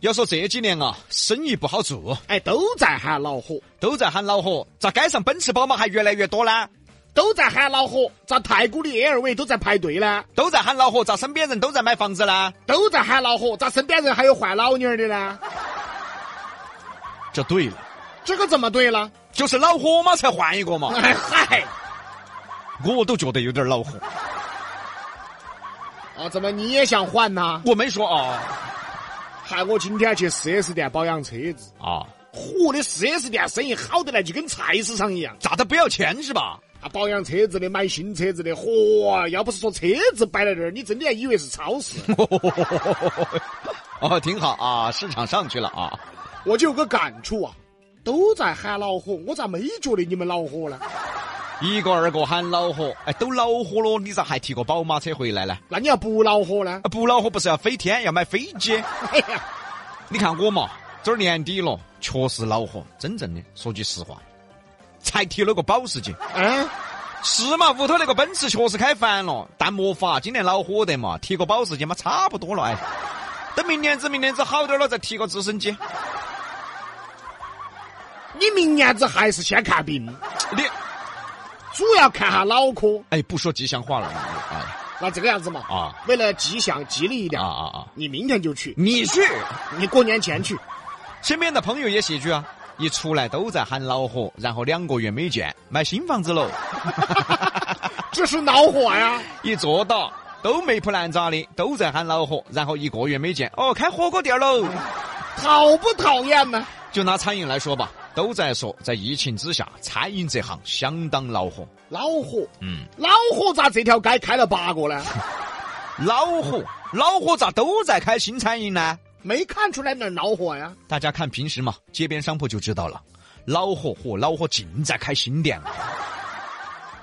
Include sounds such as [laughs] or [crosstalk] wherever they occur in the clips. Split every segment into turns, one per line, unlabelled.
要说这几年啊，生意不好做，
哎，都在喊恼火，
都在喊恼火，咋街上奔驰、宝马还越来越多呢？
都在喊恼火，咋太古的 LV 都在排队呢？
都在喊恼火，咋身边人都在买房子呢？
都在喊恼火，咋身边人还有换老妞儿的呢？
这对了，
这个怎么对了？
就是恼火嘛，才换一个嘛。
哎嗨，
我都觉得有点恼火，
啊，怎么你也想换呐？
我没说啊
害我今天去 4S 店保养车子，
啊，
嚯，那 4S 店生意好得来，就跟菜市场一样。
咋的不要钱是吧？ [laughs]
啊，保养车子的，买新车子的，嚯，要不是说车子摆在这儿，你真的还以为是超 [laughs] 市。
哦，挺好啊，市场上去了啊。
我就有个感触啊，都在喊恼火，我咋没觉得你们恼火呢？
一个二个喊恼火，哎，都恼火了，你咋还提个宝马车回来呢？
那你要不恼火呢
啊？
[laughs]
不恼火不是要飞天，要买飞机？
哎呀，
你看我嘛，这儿年底了，确实恼火，真正的说句实话，才提了个保时捷。
啊，
是嘛，屋头那个奔驰确实开烦了，但没法，今年恼火得嘛，提个保时捷嘛，差不多了哎。等明年子明年子好点儿了，再提个直升机。
你明年子还是先看病，
你
主要看下脑壳。
哎，不说吉祥话了，哎
那这个样子嘛，
啊
为了吉祥吉利一
啊
点，
啊啊！
你明天就去，
你去，
你过年前去。
身边的朋友也喜剧啊，一出来都在喊恼火，然后两个月没见，买新房子喽，
这是恼火呀！
一坐到都没铺烂渣的，都在喊恼火，然后一个月没见，哦，开火锅店喽。
讨不讨厌呢？
就拿餐饮来说吧，都在说在疫情之下，餐饮这行相当恼火。
恼火，
嗯，
恼火咋这条街开了八个呢？
恼火，恼火咋都在开新餐饮呢？
没看出来哪儿恼火呀？
大家看平时嘛，街边商铺就知道了。恼火火，恼火尽在开新店了。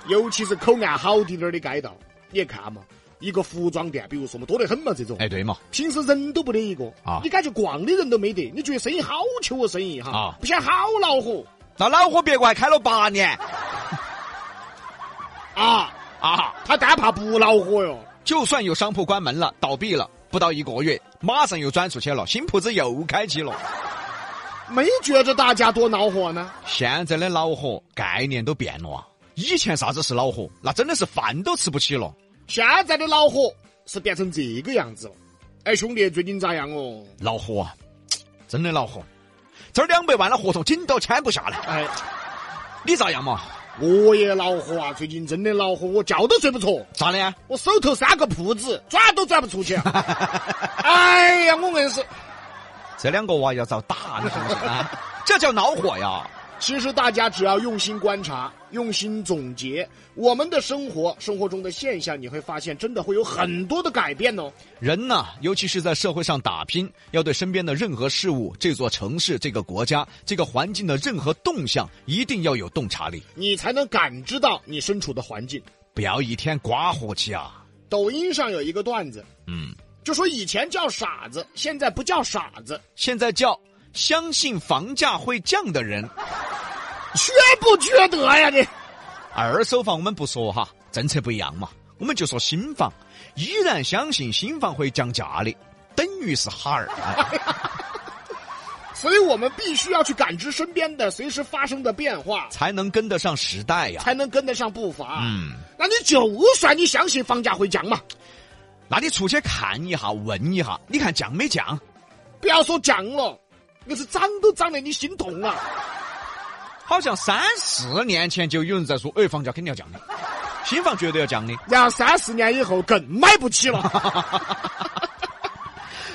尤其是口岸好滴点儿的街道，你看嘛，一个服装店，比如说我们多得很嘛，这种，
哎，对嘛，
平时人都不得一个
啊
你感觉逛的人都没得，你觉得生意好求哦，生意哈，
啊
不想好恼火
那恼火别个还开了八年
啊！
啊！
他单怕不恼火哟，
就算有商铺关门了、倒闭了，不到一个月，马上又转出去了，新铺子又开起了。
没觉着大家多恼火呢。
现在的恼火概念都变了啊！以前啥子是恼火，那真的是饭都吃不起了。
现在的恼火是变成这个样子了。哎，兄弟，最近咋样哦？
恼火啊，真的恼火！这儿两百万的合同紧都签不下来，
哎，
你咋样嘛？
我也恼火啊！最近真的恼火，我觉都睡不着，
咋的？啊
我手头三个铺子转都转不出去啊。哎呀，我硬是，
这两个娃要遭打，你信不信啊？ [laughs] 这叫恼火呀！
其实大家只要用心观察、用心总结我们的生活、生活中的现象，你会发现真的会有很多的改变哦。
人呐，尤其是在社会上打拼，要对身边的任何事物、这座城市、这个国家、这个环境的任何动向，一定要有洞察力，
你才能感知到你身处的环境。
不要一天刮火气啊！
抖音上有一个段子，
嗯，
就说以前叫傻子，现在不叫傻子，
现在叫相信房价会降的人。
缺不缺德呀你？
二手房我们不说哈，政策不一样嘛，我们就说新房，依然相信新房会降价的，等于是哈儿。哎
所以我们必须要去感知身边的随时发生的变化，
才能跟得上时代呀。
才能跟得上步伐。
嗯，
那你就算你相信房价会降嘛，
那你出去看一下，问一下，你看降没降？
不要说降了，硬是涨都涨得你心痛啊！
好像三四年前就有人在说，哎，房价肯定要降的，新房绝对要降的。
然后三四年以后更买不
[laughs]
起了，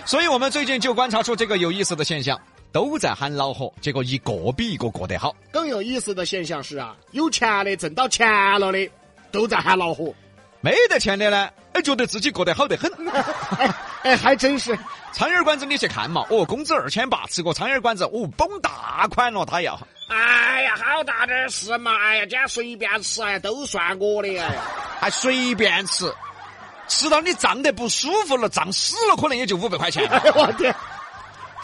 所以我们最近就观察出这个有意思的现象，都在喊恼火，结果一个比一个过得好。
更有意思的现象是啊，有钱的挣到钱了的，都在喊恼火。
没得钱的呢，哎，觉得自己过得好得很。
哎哎，还真是，
苍蝇馆子你去看嘛，哦，工资二千八，吃个苍蝇馆子，哦，崩大款了，他要。
哎呀，好大点事嘛！哎呀，今天随便吃，哎呀，都算我的呀。
还随便吃，吃到你胀得不舒服了，胀死了，可能也就五百块钱。
哎呦我天！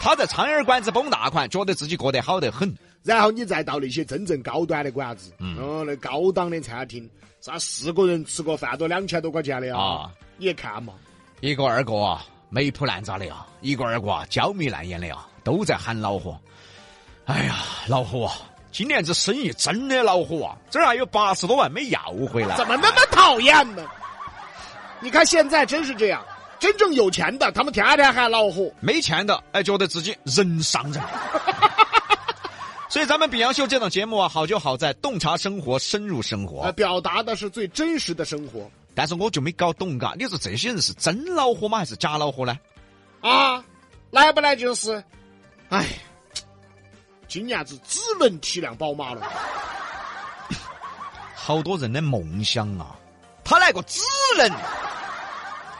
他在苍蝇馆子崩大款，觉得自己过得好得很。
然后你再到那些真正高端的馆子，嗯，哦，那高档的餐厅，啥四个人吃个饭都两千多块钱的啊
啊！
你看嘛，
一个二个啊，没谱烂渣的呀，一个二个啊，焦眉烂眼的呀，都在喊恼火。哎呀，恼火啊！今年这生意真的恼火啊！这儿还有八十多万没要回来。
怎么那么讨厌呢？你看现在真是这样，真正有钱的他们天天喊老虎，
没钱的，哎，觉得自己人上人。所以咱们《比洋秀》这档节目啊，好就好在洞察生活，深入生
呃，
活。
表达的是最真实的生活
但是我就没搞懂嘎，你说这些人是真恼火吗？还是假恼火呢？
啊，来不来就是，哎，今年子只能体谅宝马了。
好多人的梦想啊，他那个只能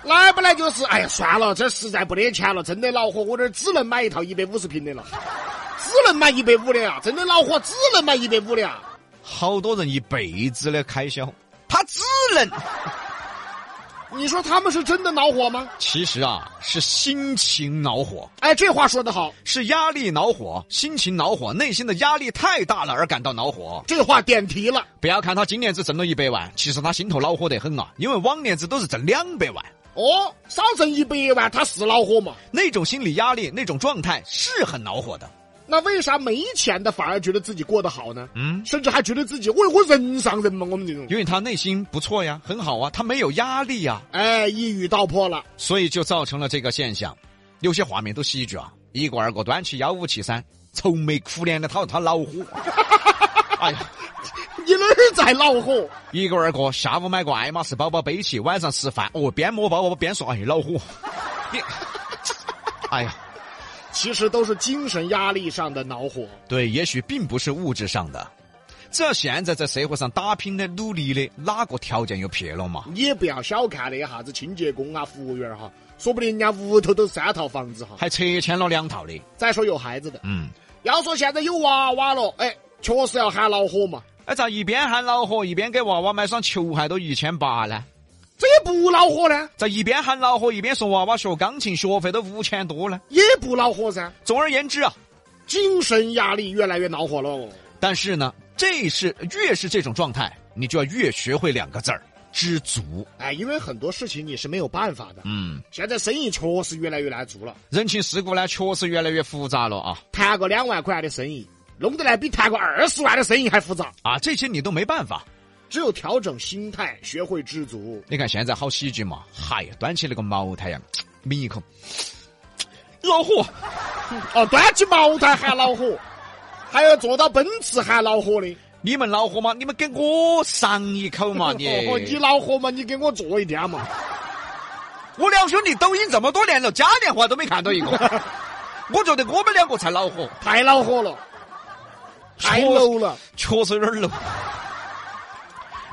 来不来就是，哎呀，算了，这实在不得钱了，真的恼火，我这儿只能买一套一百五十平的了，只能买一百五的啊，真的恼火，只能买一百五的啊。
好多人一辈子的开销，他只能。
你说他们是真的恼火吗？
其实啊，是心情恼火，
哎，这话说得好，
是压力恼火，心情恼火，内心的压力太大了而感到恼火。
这话点题了。
不要看他今年只挣了一百万，其实他心头恼火得很啊，因为往年子都是挣两百万，
哦，少挣一百万，他是恼火嘛？
那种心理压力、那种状态是很恼火的。
那为啥没钱的反而觉得自己过得好呢？
嗯，
甚至还觉得自己，我我人上人嘛，我们这种，
因为他内心不错呀，很好啊，他没有压力呀、
哎，一语道破了。
所以就造成了这个现象。有些画面都喜剧啊，一个二个端起幺五七三，愁眉苦脸的讨他恼火。 [laughs] 哎呀，
你哪儿在恼火？
一个二个下午买个爱马仕包包背起，晚上吃饭哦，边摸包包边说哎恼火，你，哎呀。
其实都是精神压力上的恼火。
对，也许并不是物质上的。只要现在在社会上打拼的、努力的，哪个条件有撇了嘛？
你也不要小看那啥子清洁工啊、服务员儿哈，说不定人家屋头都三套房子哈。
还拆迁了两套的，
再说有孩子的，
嗯，
要说现在有娃娃了，哎，确实要喊恼火嘛。
哎，咋一边喊恼火，一边给娃娃买双球鞋都一千八呢？
这也不恼火呢，
咋一边喊恼火，一边送娃娃学钢琴，学费都五千多呢？
也不恼火噻，
总而言之啊，
精神压力越来越恼火了哦。
但是呢，这是越是这种状态，你就要越学会两个字儿：知足。
哎，因为很多事情你是没有办法的。
嗯，
现在生意确实越来越难做了，
人情世故呢，确实越来越复杂了啊
谈个两万块的生意，弄得来比谈个二十万的生意还复杂。
啊，这些你都没办法。
只有调整心态，学会知足。
你看现在好喜剧嘛，嗨，端起那个茅台呀，抿一口，恼火。
哦，端起茅台喊恼火，还有坐到奔驰喊恼火的。
你们恼火吗？你们给我上一口 [laughs] 嘛！你
[laughs] 哦你恼火嘛？你给我做一点
[laughs]
嘛。
我两兄弟抖音这么多年了，嘉年华都没看到 [laughs] 一个。我觉得我们两个才恼火，
太恼火了，太 low 了。
确实有点 low。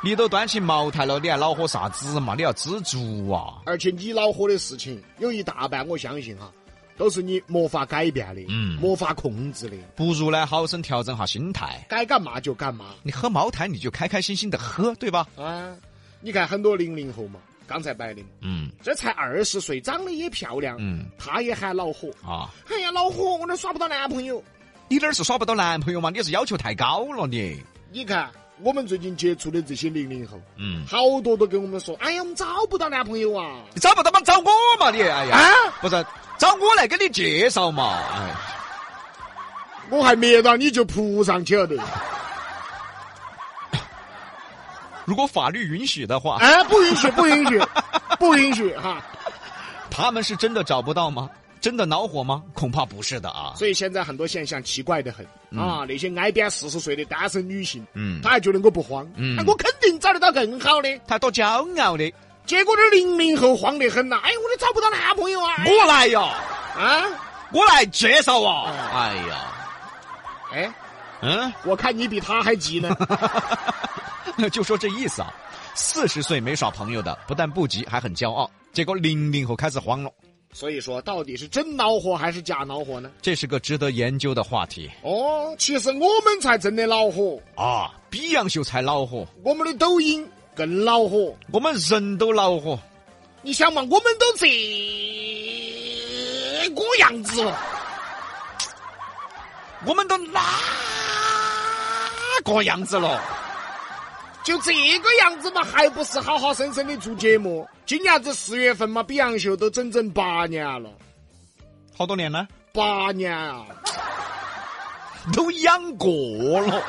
你都端起茅台了，你还恼火啥子嘛？你要知足啊！
而且你恼火的事情，有一大半我相信哈，都是你没法改变的，
嗯
没法控制的，
不如呢，好生调整下心态。
该干嘛就干嘛
你喝茅台，你就开开心心的喝，对吧？
啊。你看很多零零后嘛，刚才白领，
嗯
这才二十岁，长得也漂亮，
嗯
她也喊恼火。
啊，
哎呀，恼火，我这耍不到男朋友。
你那儿是耍不到男朋友嘛？你是要求太高了，你。
你看我们最近接触的这些零零后，
嗯，
好多都跟我们说，哎呀，我们找不到男朋友啊。
你找不到嘛？找我嘛你！哎呀，
啊，
不是找我来给你介绍嘛？哎，
我还没到你就扑上去了的。
如果法律允许的话，
哎，不允许，
[laughs]
不允许，不允许哈！
他们是真的找不到吗？真的恼火吗？恐怕不是的啊。
所以现在很多现象奇怪的很、啊，那些挨边四十岁的单身女性，
嗯
她还觉得我不慌，
嗯
哎我肯定找得到更好的。
他多骄傲的，
结果这零零后慌得很呐、哎，我都找不到男朋友啊！
我来呀，
啊，
我来介绍啊！哎呀，
哎，
嗯， [laughs]
我看你比他还急呢。
就说这意思啊。四十岁没耍朋友的，不但不急，还很骄傲。结果零零后开始慌了，
所以说，到底是真恼火还是假恼火呢？
这是个值得研究的话题
哦，其实我们才真的恼火，
啊！比洋秀才恼火，
我们的抖音更恼火。
我们人都恼火。
你想嘛，我们都这个样子哦了。
我们都哪个样子了？
就这个样子嘛，还不是好好生生的做节目？今年子四月份嘛，比杨秀都整整八年了，
好多年了，
八年啊！
都养过了。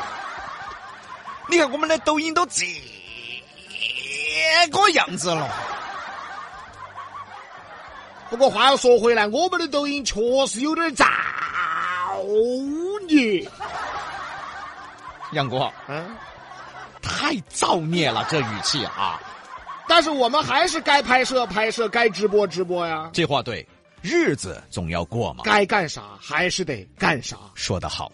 你看我们的抖音都这个样子了，
不过话又说回来，我们的抖音确实有点造孽。
杨哥
嗯，
太造孽了，这语气啊！
但是我们还是该拍摄拍摄，该直播直播呀，
这话对，日子总要过嘛。
该干啥还是得干啥。
说得好，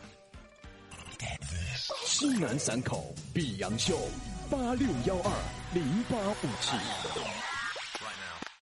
西南散口碧阳秀八六幺二零八五七。